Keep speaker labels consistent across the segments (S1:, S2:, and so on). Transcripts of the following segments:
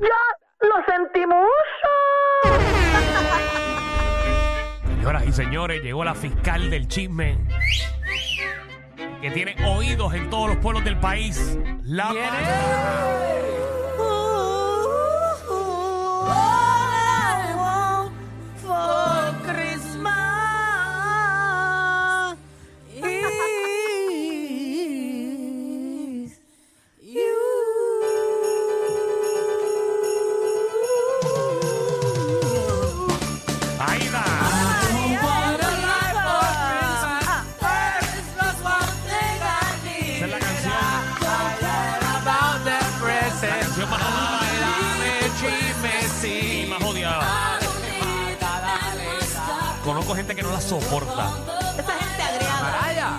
S1: ¡Lo, lo sentimos!
S2: Señoras y señores, llegó la fiscal del chisme. Que tiene oídos en todos los pueblos del país. La Aida. Esa es la canción. La canción más amada y eh. más odiada. Conozco gente que no la soporta.
S3: Esa gente agriada.
S4: Maraya.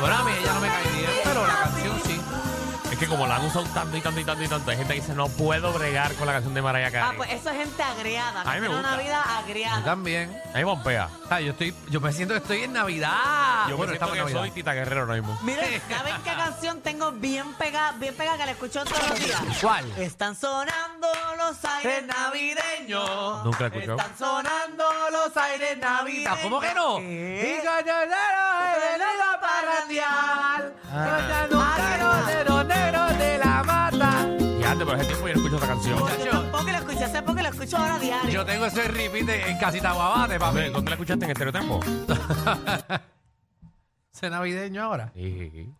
S4: Bueno, a mí ella no me cae bien, pero la canción sí.
S2: Es que como la han usado tanto y tanto y tanto y tanto, hay gente que dice no puedo bregar con la canción de Mariah Carey.
S3: Ah, pues eso es gente agriada. que
S2: A mí me
S3: tiene
S2: gusta.
S3: una vida
S4: Yo
S3: agriada.
S4: también.
S2: Ahí bompea.
S4: Ah, yo, estoy, yo me siento que estoy en Navidad.
S2: Yo
S4: Bueno,
S2: me siento
S4: Ah, pues, estamos
S2: que
S4: en
S2: soy Tita Guerrero ahora mismo.
S3: Miren, ¿saben qué canción tengo bien pegada? Bien pegada que la escucho todos los días.
S4: ¿Cuál?
S3: Están sonando los aires navideños.
S2: Nunca la he escuchado.
S3: Están sonando los aires navideños.
S4: ¿Cómo que no?
S3: ¿Qué?
S4: Y a parrandear.
S3: Ah.
S4: Pues Los negros, negros de la mata.
S2: Y antes, pero hace tiempo yo no escucho esa canción.
S3: Yo tampoco la escuché hace poco, la escucho ahora diario.
S4: Yo tengo ese repeat en casita guabate,
S2: A
S4: papi.
S2: ver, ¿Dónde la escuchaste en Estereotempo?
S4: ¿Es navideño ahora?
S2: Sí.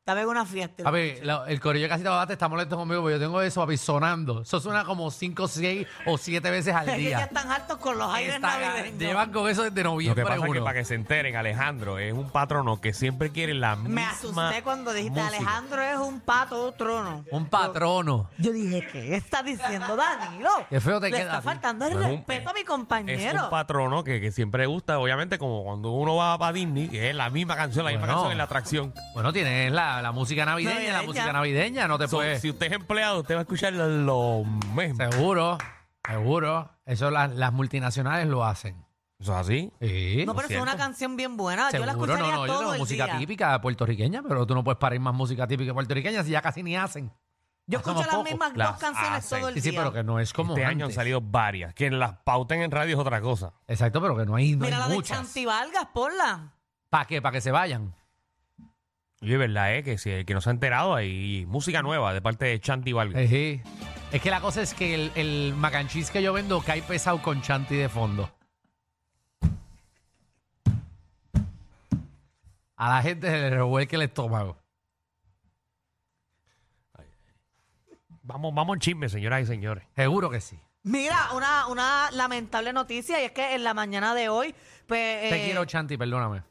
S3: Estaba en una fiesta.
S4: A ver, la- el corillo de casita guabate está molesto conmigo porque yo tengo eso, papi, sonando. Eso suena como 5, 6 o 7 veces al
S3: Es que ya
S4: día.
S3: están hartos con los aires
S4: Está- ah,
S3: navideños.
S4: llevan con eso desde
S2: Lo
S4: noviembre
S2: que pasa es que
S4: uno.
S2: para que se enteren, Alejandro es un patrono que siempre quiere la misma
S3: Me asusté cuando dijiste
S2: música.
S3: Alejandro es un pato un trono.
S4: Un patrono.
S3: Yo dije, ¿qué está diciendo Danilo?
S4: Qué feo te
S3: Le
S4: queda a
S3: está
S4: ti.
S3: faltando el
S2: No, es un-
S3: respeto a mi
S2: Es un
S3: compañero.
S2: patrono que, que siempre gusta, obviamente, como cuando uno va para Disney, que es la misma canción, la misma
S4: Bueno.
S2: canción en la atracción.
S4: Bueno, tienes la, la música navideña, la
S3: Navideña.
S4: música navideña, no te
S2: So,
S4: puedes.
S2: Si usted es empleado, usted va a escuchar lo mismo.
S4: Seguro, seguro. Eso las, las multinacionales lo hacen.
S2: ¿Eso es así?
S4: Sí.
S3: no, pero eso es una
S2: siento.
S3: canción bien buena.
S4: seguro,
S3: yo la escucharía
S4: no, no. Yo
S3: todo
S4: tengo
S3: el
S4: música
S3: día.
S4: típica puertorriqueña, pero tú no puedes parir más música típica puertorriqueña si ya casi ni hacen.
S3: Yo escucho
S4: Hacemos
S3: las
S4: poco.
S3: mismas
S2: Las
S3: dos canciones
S2: hacen.
S3: todo el
S4: Sí, sí,
S3: día.
S4: pero que no es como
S2: este año han
S4: antes.
S2: salido varias. Que las pauten en radio es otra cosa.
S4: Exacto, pero que no hay, no
S3: Mira la
S4: hay
S3: de
S4: muchas.
S3: Chanti Vargas, ponla.
S4: ¿Para qué? ¿Para que se vayan?
S2: Y es verdad, ¿eh? Que si el que no se ha enterado, hay música nueva de parte de Chanti Vargas.
S4: Ejí. Eh, Es que la cosa es que el, el mac and cheese que yo vendo cae pesado con chanti de fondo. A la gente se le revuelque el estómago.
S2: Vamos, vamos en chisme, señoras y señores.
S4: Seguro que sí.
S3: Mira, una, una lamentable noticia y es que en la mañana de hoy, pues...
S4: Te
S3: eh,
S4: quiero, Chanti, perdóname.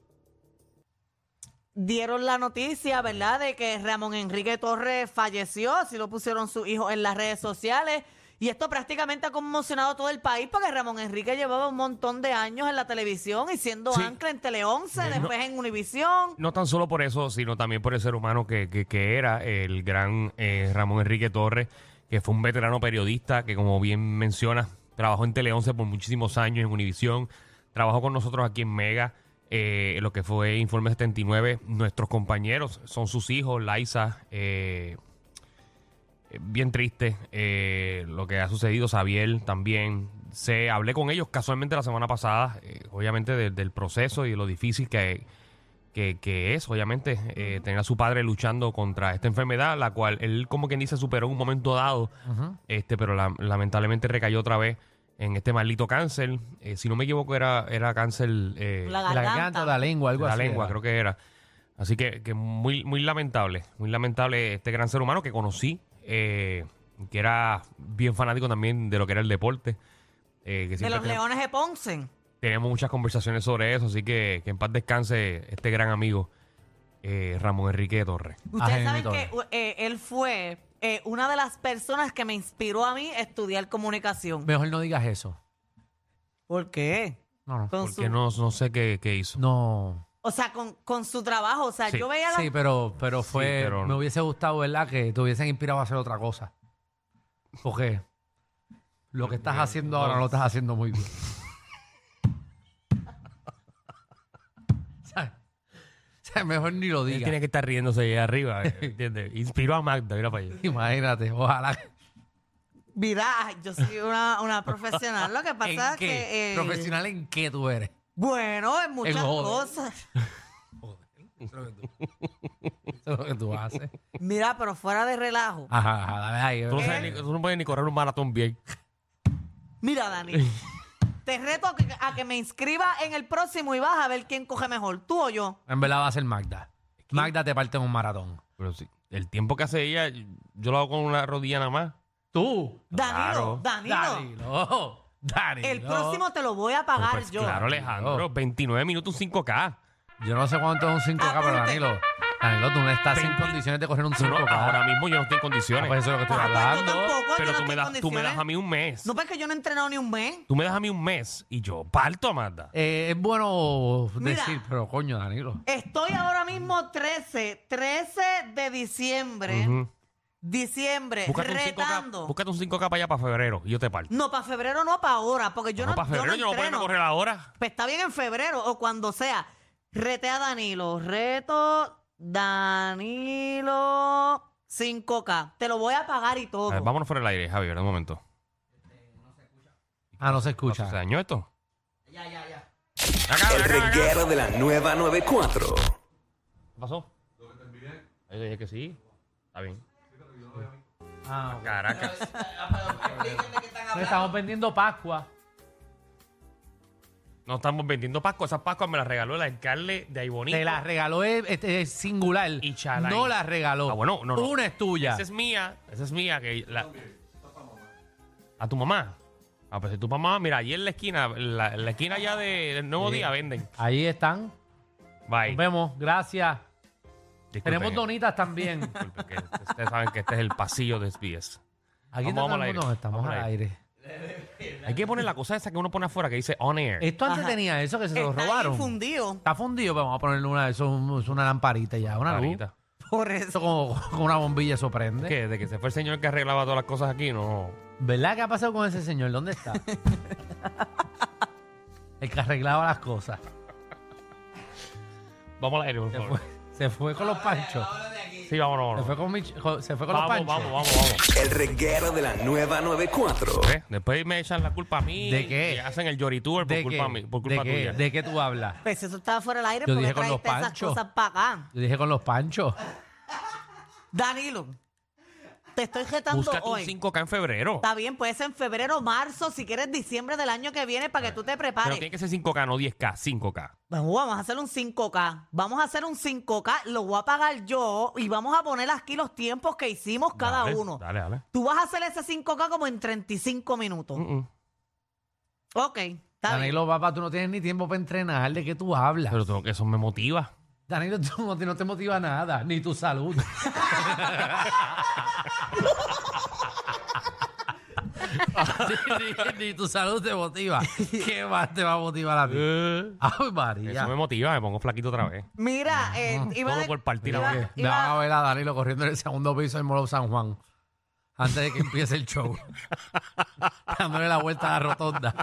S3: dieron la noticia, ¿verdad?, de que Ramón Enrique Torres falleció, así lo pusieron sus hijos en las redes sociales. Y esto prácticamente ha conmocionado todo el país porque Ramón Enrique llevaba un montón de años en la televisión y siendo
S2: Sí.
S3: ancla en Tele 11, después en Univisión.
S2: No tan solo por eso, sino también por el ser humano que, que- que era el gran eh, Ramón Enrique Torres, que fue un veterano periodista que, como bien mencionas, trabajó en Tele 11 por muchísimos años en Univisión, trabajó con nosotros aquí en Mega, eh, lo que fue Informe 79. Nuestros compañeros son sus hijos, Laisa, eh, eh, bien triste eh, lo que ha sucedido, Xavier también. Se hablé con ellos casualmente la semana pasada, eh, obviamente de- del proceso y de lo difícil que, que, que es, obviamente, eh, tener a su padre luchando contra esta enfermedad, la cual él, como quien dice, superó en un momento dado, este, pero la- lamentablemente recayó otra vez en este maldito cáncer. Eh, si no me equivoco, era, era cáncer eh,
S3: La
S4: La
S3: garganta.
S4: garganta, la lengua, algo
S2: la
S4: así.
S2: lengua,
S4: era.
S2: creo que era. Así que, que muy, muy lamentable, muy lamentable este gran ser humano que conocí, eh, que era bien fanático también de lo que era el deporte. eh, que
S3: De
S2: siempre
S3: los
S2: tenía-
S3: Leones de Ponce.
S2: teníamos muchas conversaciones sobre eso, así que que en paz descanse este gran amigo eh, Ramón Enrique Torres.
S3: Ustedes
S4: Jaime
S3: saben
S4: Torres.
S3: que u- eh, él fue eh, una de las personas que me inspiró a mí a estudiar comunicación.
S4: Mejor no digas eso.
S3: ¿Por qué?
S4: No, no.
S3: Con
S2: Porque
S3: su-
S2: no, no sé qué, qué hizo.
S4: No.
S3: O sea, con, con su trabajo. O sea,
S2: Sí,
S3: yo veía la-
S4: Sí, pero, pero fue.
S2: Sí, pero no.
S4: Me hubiese gustado, ¿verdad? Que te hubiesen inspirado a hacer otra cosa. Porque lo que estás haciendo ahora no lo estás haciendo muy bien. ¿Sabes? O sea, mejor ni lo
S2: Él
S4: digas.
S2: tiene que estar riéndose ahí arriba, eh, ¿entiendes? Inspiró a Magda, mira para allá.
S4: Imagínate, ojalá.
S3: Mira, yo soy una, una profesional. Lo que pasa
S4: ¿En
S3: es que.
S4: qué?
S3: eh,
S4: ¿Profesional en qué tú eres?
S3: Bueno, en muchas
S4: En joder.
S3: cosas.
S4: Eso es lo que tú, eso es lo que tú haces.
S3: Mira, pero fuera de
S2: Ah.
S3: relajo.
S4: Ajá, ajá, dale ahí.
S2: Tú no, sabes ni-
S4: eh.
S2: tú no puedes ni correr un maratón bien.
S3: Mira, Dani. Te reto a que, a que me inscriba en el próximo y vas a ver quién coge mejor, tú o yo.
S4: En verdad va a ser Magda. Magda te parte en un maratón.
S2: Pero sí, el tiempo que hace ella, yo lo hago con una rodilla nada más.
S4: ¿Tú?
S3: Danilo,
S2: Claro.
S3: Danilo.
S4: Danilo. Danilo.
S3: El próximo te lo voy a pagar
S2: Pues
S3: Ah, yo.
S2: Claro, Alejandro, 29 minutos, un 5K.
S4: Yo no sé cuánto es un 5K, pero Danilo. Danilo, tú no estás en
S2: Veinti-
S4: condiciones de coger un 5K.
S2: No, ahora mismo yo no estoy en
S4: Ah,
S2: condiciones.
S4: pues eso es lo que estoy
S3: Ah, pues, yo
S4: hablando.
S3: tampoco, yo
S2: pero
S3: no
S2: tú, me
S3: estoy en
S2: das, tú me das a
S3: condiciones.
S2: mí un mes.
S3: No, pues que yo no he entrenado ni un mes.
S2: Tú me das a mí un mes y yo parto, Amanda.
S4: Eh, es bueno
S3: Mira.
S4: decir, pero coño, Danilo.
S3: Estoy ahora mismo 13, 13 de diciembre.
S2: Ujú.
S3: Diciembre,
S2: Búscate un 5K,
S3: eh, retando.
S2: búscate un 5K para allá para febrero y yo te parto.
S3: No, para febrero no, para ahora, porque yo no,
S2: para
S3: yo no
S2: febrero yo no puedo irme
S3: entreno.
S2: a correr ahora.
S3: Pues está bien en febrero o cuando sea. Rete a Danilo. Reto Danilo 5K. Te lo voy a pagar y todo.
S2: A ver, vámonos fuera del aire, Javier, un momento.
S4: Ah, no se
S2: ¿No ¿Se
S4: escucha.
S2: dañó esto?
S5: El reguero de la nueva 94.
S2: ¿Qué pasó? Ahí le dije que sí. Está bien.
S4: Ah, ok.
S2: Caracas.
S4: Entonces, Estamos vendiendo Pascua.
S2: No estamos vendiendo pascuas. Esas pascuas me las regaló el alcalde de Aibonito.
S4: Te la regaló eh, este, es singular.
S2: Y Chalai.
S4: No la regaló.
S2: Ah, bueno, no, no.
S4: Una es tuya.
S2: Esa es mía. Esa es mía. Que la... ¿A tu mamá? Ah, pues si tu mamá, mira, allí en la esquina, la, en la esquina allá de, del Nuevo Día venden.
S4: Ahí están.
S2: Bye.
S4: Nos vemos. Gracias.
S2: Disculpen,
S4: Tenemos donitas también.
S2: disculpen, que ustedes saben que este es el pasillo de SBS.
S4: Aquí
S2: Vamos, vamos al
S4: estamos,
S2: aire.
S4: no, estamos
S2: Vamos
S4: al
S2: al
S4: aire.
S2: Hay que poner la cosa esa que uno pone afuera que dice on air.
S4: Esto antes
S3: Ajá.
S4: tenía eso que se lo
S3: Está ahí
S4: robaron.
S3: fundido.
S4: Está fundido, pero vamos a ponerle una, eso es un- es una lamparita ya, una luz.
S2: Clarita.
S3: Por eso.
S4: Eso como, como una bombilla eso prende.
S2: Que desde que se fue el señor que arreglaba todas las cosas aquí, no.
S4: ¿Verdad qué ha pasado con ese señor? ¿Dónde está? El que arreglaba las cosas.
S2: Vamos al aire, por
S4: Se
S2: favor.
S4: fue, se fue con los panchos.
S2: Sí, vámonos.
S4: Se fue
S2: vámonos.
S4: con, Mich- con- se fue con
S2: Vamos,
S4: los panchos.
S2: vamos, vamos, vamos.
S5: El reguero de la nueva 94.
S2: ¿Ves? Después me echan la culpa a mí.
S4: ¿De qué?
S2: y hacen el Yori Tour por
S4: ¿De
S2: culpa,
S4: qué?
S2: mí- por culpa
S4: ¿De qué?
S2: tuya.
S4: ¿De qué tú hablas?
S3: Pues eso estaba fuera del aire
S4: Yo
S3: porque
S4: dije con los
S3: trajiste esas
S4: panchos.
S3: cosas para acá.
S4: Yo dije con los panchos.
S3: Danilo, te estoy retando
S2: Búscate un
S3: hoy.
S2: 5K en febrero.
S3: Está bien, puede ser en febrero, marzo, si quieres diciembre del año que viene para que tú te
S2: Pero
S3: prepares.
S2: tiene que ser 5K, no 10K, 5K.
S3: Vamos, Pues, vamos a hacer un 5K. Vamos a hacer un 5K. Lo voy a pagar yo y vamos a poner aquí los tiempos que hicimos cada
S2: Dale,
S3: uno.
S2: Dale, dale.
S3: Tú vas a hacer ese 5K como en 35 minutos.
S2: Mm, mm.
S3: Ok, está bien.
S4: Danilo, papá, tú no tienes ni tiempo para entrenar. ¿De qué tú hablas?
S2: Pero tengo que eso me motiva.
S4: Danilo, tú no, no te motiva nada, ni tu salud. ni, ni tu salud te motiva. ¿Qué más te va a motivar a ti? Ay,
S2: Eh. Eso me
S4: María.
S2: motiva, me pongo flaquito otra vez.
S3: Mira,
S4: Ah,
S3: eh, iba
S2: Todo
S3: de-
S2: por partir
S3: iba-
S2: la
S4: Me
S2: boca.
S3: iba-
S4: van a ver a Danilo corriendo en el segundo piso del Molo San Juan antes de que empiece el show. Dándole la vuelta a la rotonda.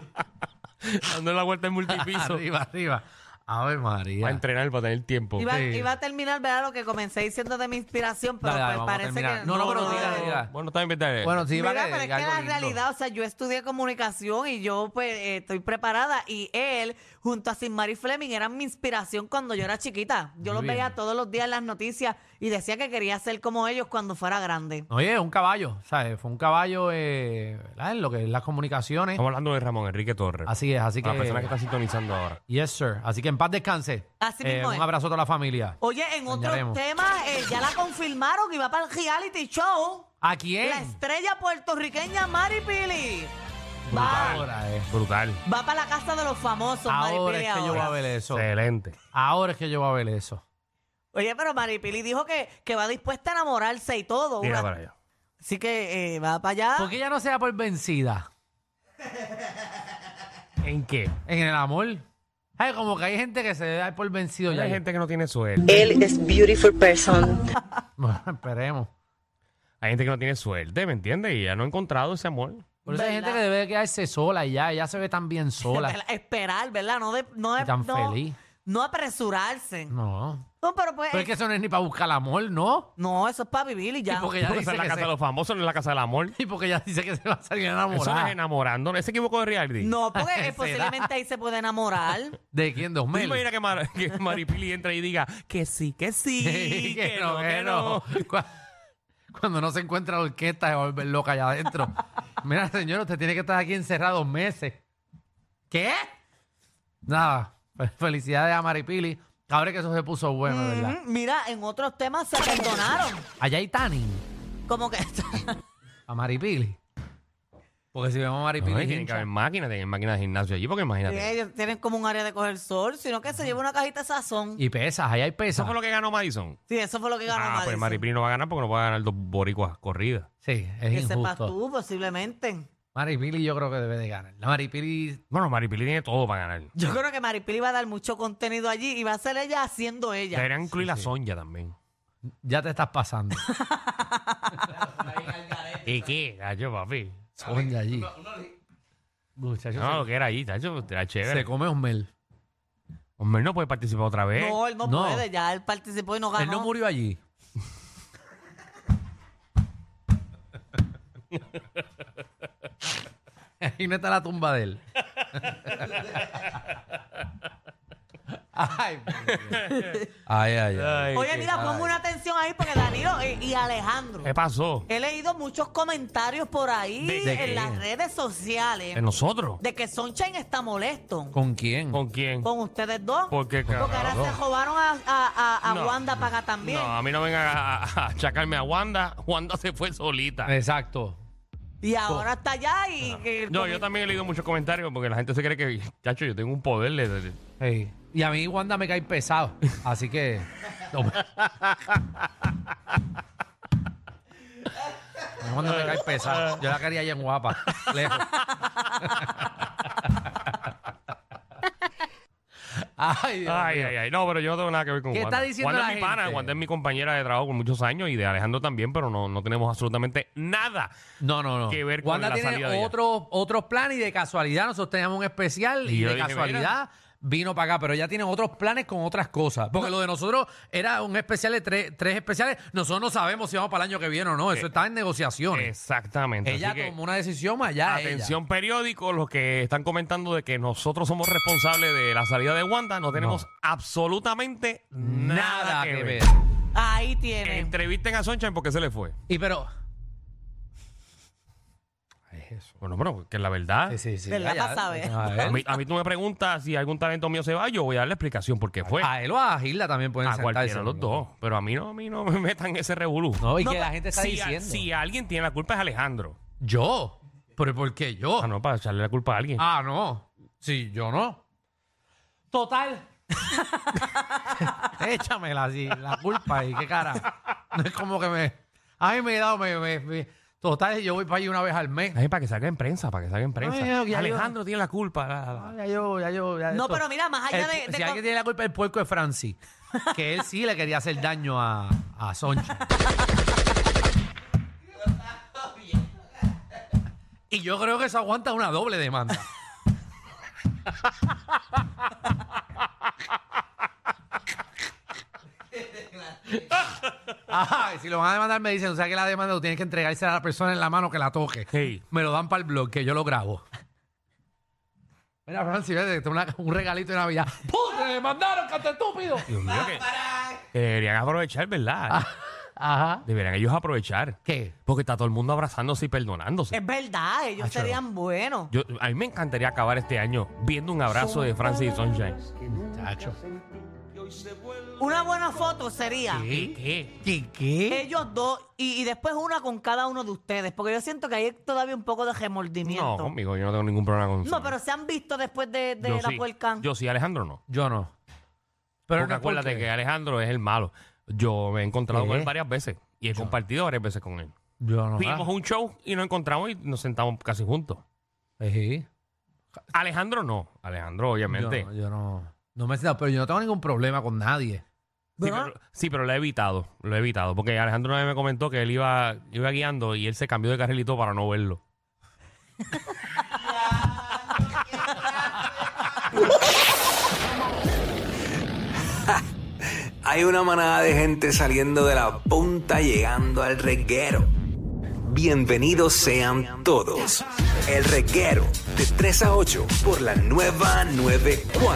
S2: Dando la vuelta en multipiso.
S4: Arriba, arriba. Ave María.
S2: Para entrenar, para tener tiempo.
S3: iba-
S4: Sí.
S3: iba a terminar, ¿verdad? Lo que comencé diciendo de mi inspiración, pero
S4: Dale, dale,
S3: pues
S4: vamos a
S3: parece
S4: terminar.
S3: que.
S4: No, no, pero tira,
S3: no.
S4: tira.
S2: Bueno, también vete.
S4: Bueno, sí,
S3: Mira,
S4: vale,
S3: pero es
S4: diga
S3: que
S4: algo
S3: la
S4: lindo.
S3: realidad, o sea, yo estudié comunicación y yo pues eh, estoy preparada y él junto a Sinmari Fleming eran mi inspiración cuando yo era chiquita. Yo
S4: Muy
S3: los
S4: bien.
S3: veía todos los días en las noticias y decía que quería ser como ellos cuando fuera grande.
S4: Oye, un caballo, ¿sabes? Fue un caballo, eh, ¿verdad? En lo que es las comunicaciones.
S2: Estamos hablando de Ramón Enrique Torres.
S4: Así es, así que.
S2: Para las personas que están sintonizando ahora.
S4: Yes, sir. Así que en paz descanse. Eh,
S3: Así mismo es. Oh,
S4: Un abrazo a toda la familia.
S3: Oye, en otro
S4: Soñaremos.
S3: tema, eh, ya la confirmaron que iba para el reality show.
S4: ¿A
S3: La
S4: quién?
S3: estrella puertorriqueña Mari Pili va,
S4: Ahora es.
S2: Brutal.
S3: va para la casa de los famosos, Mari
S4: Ahora
S3: Pili
S4: es que yo voy a
S3: ahora.
S4: ver eso.
S2: Excelente.
S4: Ahora es que yo voy a ver eso.
S3: Oye, pero Mari Pili dijo que, que va dispuesta a enamorarse y todo.
S2: Mira
S3: una-
S2: para allá.
S3: Así que eh, va para allá.
S4: Porque ella no se da por vencida
S2: ¿En qué?
S4: en el amor. Ay, como que hay gente que se da por vencido ya.
S2: Hay gente que no tiene suerte.
S6: Él es beautiful person.
S4: Bueno, esperemos.
S2: Hay gente que no tiene suerte, ¿me entiendes? Y ya no ha encontrado ese amor.
S4: Por eso hay
S3: ¿Verdad?
S4: gente que debe quedarse sola y ya. Ella se ve tan bien sola
S3: Esperar, ¿verdad? No de, no de-
S4: y tan
S3: no-
S4: feliz.
S3: no apresurarse.
S4: No.
S3: No, pero pues.
S4: Pero es que eso no es ni para buscar amor, ¿no?
S3: No, eso es para vivir y ya.
S4: Y
S2: Porque
S4: porque ella
S2: esa
S4: dice
S2: es la
S4: que
S2: casa de
S4: se...
S2: los famosos, no es la casa del amor.
S4: Y porque ella dice que se va a salir
S2: Eso no
S4: enamorada.
S2: es enamorando. Ese equivoco de reality.
S3: No, porque eh,
S4: ¿Será?
S3: posiblemente ahí se puede enamorar.
S4: ¿De quién? ¿De
S2: ¿Tú te
S4: Osmel?
S2: imaginas que, Mar- que Maripili entra y diga que sí, que sí, que, no, que no?
S4: Cu- Cuando no se encuentra la orquesta, se va a volver loca allá adentro. Mira, señor, usted tiene que estar aquí encerrado dos meses. ¿Qué? Nada. Fe- Felicidades a Maripili. Cabrón que eso se puso bueno, de ¿verdad?
S3: Mm, Mira, en otros temas se perdonaron.
S4: Allá hay tanning
S3: Como que.
S4: a Maripili. Porque si vemos a
S2: No,
S4: Maripili...
S2: y tienen que
S4: hincha.
S2: haber máquinas, tienen máquinas de gimnasio allí, porque imagínate.
S3: Ellos tienen como un área de coger sol, sino que se lleva una cajita de sazón.
S4: y pesas, allá hay
S2: Eso
S4: pesas.
S2: fue lo que ganó Madison.
S3: Sí, eso fue lo que ganó
S2: ah, pues
S3: Madison.
S2: Maripili no va a ganar porque no va a ganar dos boricuas corridas.
S4: Sí,
S3: Que
S4: es
S3: sepas
S4: injusto.
S3: tú, posiblemente.
S4: Maripili yo creo que debe de ganar. La Maripili
S2: Bueno, Maripili tiene todo para ganar.
S3: Yo creo que Maripili va a dar mucho contenido allí y va a ser ella haciendo ella.
S2: Deberían incluir la Sonja también.
S4: ya te estás pasando. ¿eh?
S2: ¿Y qué? Tacho, papi.
S4: Sonia allí. Muchachos,
S2: No, lo que era allí, tacho, era
S4: se, se
S2: chévere.
S4: come Osmel.
S2: Hombre, no puede participar otra vez.
S3: No, él no,
S4: No.
S3: puede, ya él participó y no ganó.
S4: Él no murió allí. Ahí no está la tumba de él. ay, por Dios. ay, ay, ay.
S2: Ay,
S3: Oye,
S2: ¿qué-
S3: mira, ponme una atención ahí porque Danilo eh, y, y Alejandro.
S2: ¿Qué pasó?
S3: He leído muchos comentarios por ahí
S2: Eh, ¿De-
S4: de qué?
S3: en las redes sociales
S2: ¿De nosotros?
S3: de que Sunshine está molesto
S4: ¿Con quién?
S2: ¿Con quién?
S3: con ustedes dos.
S2: ¿Por qué,
S3: porque ahora
S2: carajo?
S3: se robaron a, a- a- a
S2: No.
S3: Wanda para acá también.
S2: No, a mí no venga a, a- a achacarme a Wanda. Wanda se fue solita.
S4: Eh, Exacto.
S3: Y ahora está allá y... y-
S2: No, yo también he leído muchos comentarios porque la gente se cree que, chacho, yo tengo un poder de- de- de-
S4: Ey. Y a mí Wanda me cae pesado. Así que. A mí Wanda me cae pesado. Yo la quería allá en guapa. Lejos. Ay, Dios
S2: Ay,
S4: mío.
S2: ay, ay. No, pero yo no tengo nada que ver con
S4: ¿Qué
S2: Wanda.
S4: está diciendo
S2: Wanda
S4: la
S2: es mi pana,
S4: gente?
S2: Wanda es mi compañera de trabajo por muchos años y de Alejandro también, pero no, no tenemos absolutamente nada.
S4: No, no, no.
S2: que ver con
S4: Wanda
S2: la salida de
S4: tiene
S2: ella.
S4: otros otros planes y de casualidad. Nosotros teníamos un especial
S2: Y
S4: y,
S2: yo
S4: de
S2: dije,
S4: casualidad vino para acá, pero ella tiene otros planes con otras cosas. Porque lo de nosotros era un especial de tres, tres especiales. Nosotros no sabemos si vamos para el año que viene o no. Eso está en negociaciones.
S2: Exactamente.
S4: ella
S2: Eh, Así que,
S4: tomó una decisión más allá. de
S2: atención periódico, los que están comentando de que nosotros somos responsables de la salida de Wanda, no tenemos absolutamente
S4: ella.
S2: nada, que, ver.
S3: Ahí tiene.
S2: Entrevisten a Sunshine porque se le fue.
S4: Y pero.
S2: Bueno, bueno, que la verdad.
S4: sí, sí.
S3: ¿Verdad?
S4: allá-
S3: Pa' saber.
S4: A
S2: A
S4: él,
S2: mí, a mí tú me preguntas si algún talento mío se va, yo voy a dar la explicación por qué fue.
S4: a él o a Gilda también pueden
S2: pues. A cualquiera
S4: sentarse.
S2: de los dos. Pero a mí no, a mí no me metan ese revolú.
S4: No, y
S3: No,
S4: que la
S3: pero
S4: gente está
S2: si, a-
S4: diciendo.
S2: si alguien tiene la culpa es Alejandro.
S4: Yo. ¿Pero por qué yo?
S2: Ah, no, para echarle la culpa a alguien.
S4: Ah, no. Sí, yo no. Total. Échamela así, la culpa y qué cara. No es como que me. A mí me he dado. Me, me- me- Total, yo voy para allí una vez al mes.
S2: Ay, para que salga en prensa, para que salga en prensa.
S4: Ay, yo- ya
S2: Alejandro tiene la culpa. la- la-
S4: Ah, ya yo, ya yo, ya
S3: No,
S4: esto.
S3: pero mira, más allá
S4: El-
S3: de- de
S4: Si
S3: co-
S4: alguien tiene la culpa, el puerco de Francis. Que él sí le quería hacer daño a, a Soncha. y yo creo que eso aguanta una doble demanda. Ay, si lo van a demandar, me dicen, o sea que la demanda tú tienes que entregársela a la persona en la mano que la toque.
S2: Hey.
S4: Me lo dan para el blog, que yo lo grabo. Mira, Francis, vete, tengo una- un regalito de Navidad. ¡Pum! ¡Me mandaron, canto estúpido!
S2: Dios mío, que, que deberían aprovechar, ¿verdad?
S4: Ah. Ajá.
S2: Deberían ellos aprovechar.
S4: ¿Qué?
S2: Porque está todo el mundo abrazándose y perdonándose.
S3: Es verdad, ellos
S2: Hacho.
S3: serían buenos.
S2: Yo, a mí me encantaría acabar este año viendo un abrazo de Francis y Sunshine.
S4: Chacho.
S3: Una buena foto sería
S2: ¿Qué? ¿Qué?
S4: ¿Qué? ¿Qué?
S3: ellos dos y, y después una con cada uno de ustedes, porque yo siento que hay todavía un poco de
S2: No,
S3: remordimiento.
S2: conmigo, yo no tengo ningún problema con
S3: No,
S2: Sunshine.
S3: pero se han visto después de, de
S2: Yo
S3: la
S2: sí.
S3: puerca.
S2: Yo sí, Alejandro no.
S4: Yo no. Pero
S2: Porque
S4: no es
S2: acuérdate
S4: porque-
S2: que Alejandro es el malo. Yo me he encontrado con
S4: ¿Qué?
S2: él varias veces y he compartido varias veces con él.
S4: Yo no.
S2: Vimos un show y nos encontramos y nos sentamos casi juntos.
S4: Ejí.
S2: Alejandro no. Alejandro,
S4: Yo
S2: obviamente.
S4: no, yo no. No me he sentado, pero yo no tengo ningún problema con nadie.
S2: Sí,
S3: ¿Verdad?
S2: pero, sí, pero lo he evitado. Lo he evitado. Porque Alejandro una vez me comentó que él iba, iba guiando y él se cambió de carrilito para no verlo.
S5: Hay una manada de gente saliendo de la punta llegando al reguero. Bienvenidos sean todos. El reguero de 3 a 8 por la nueva 94.